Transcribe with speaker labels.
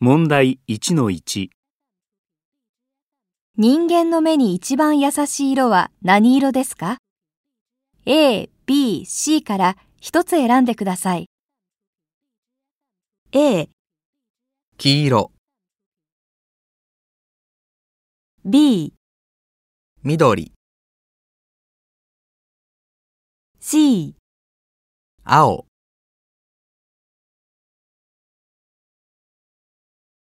Speaker 1: 問題1-1、
Speaker 2: 人間の目に一番優しい色は何色ですか ?A、B、C から一つ選んでください。A、
Speaker 3: 黄色、
Speaker 2: B、
Speaker 3: 緑、
Speaker 2: C。
Speaker 3: 青。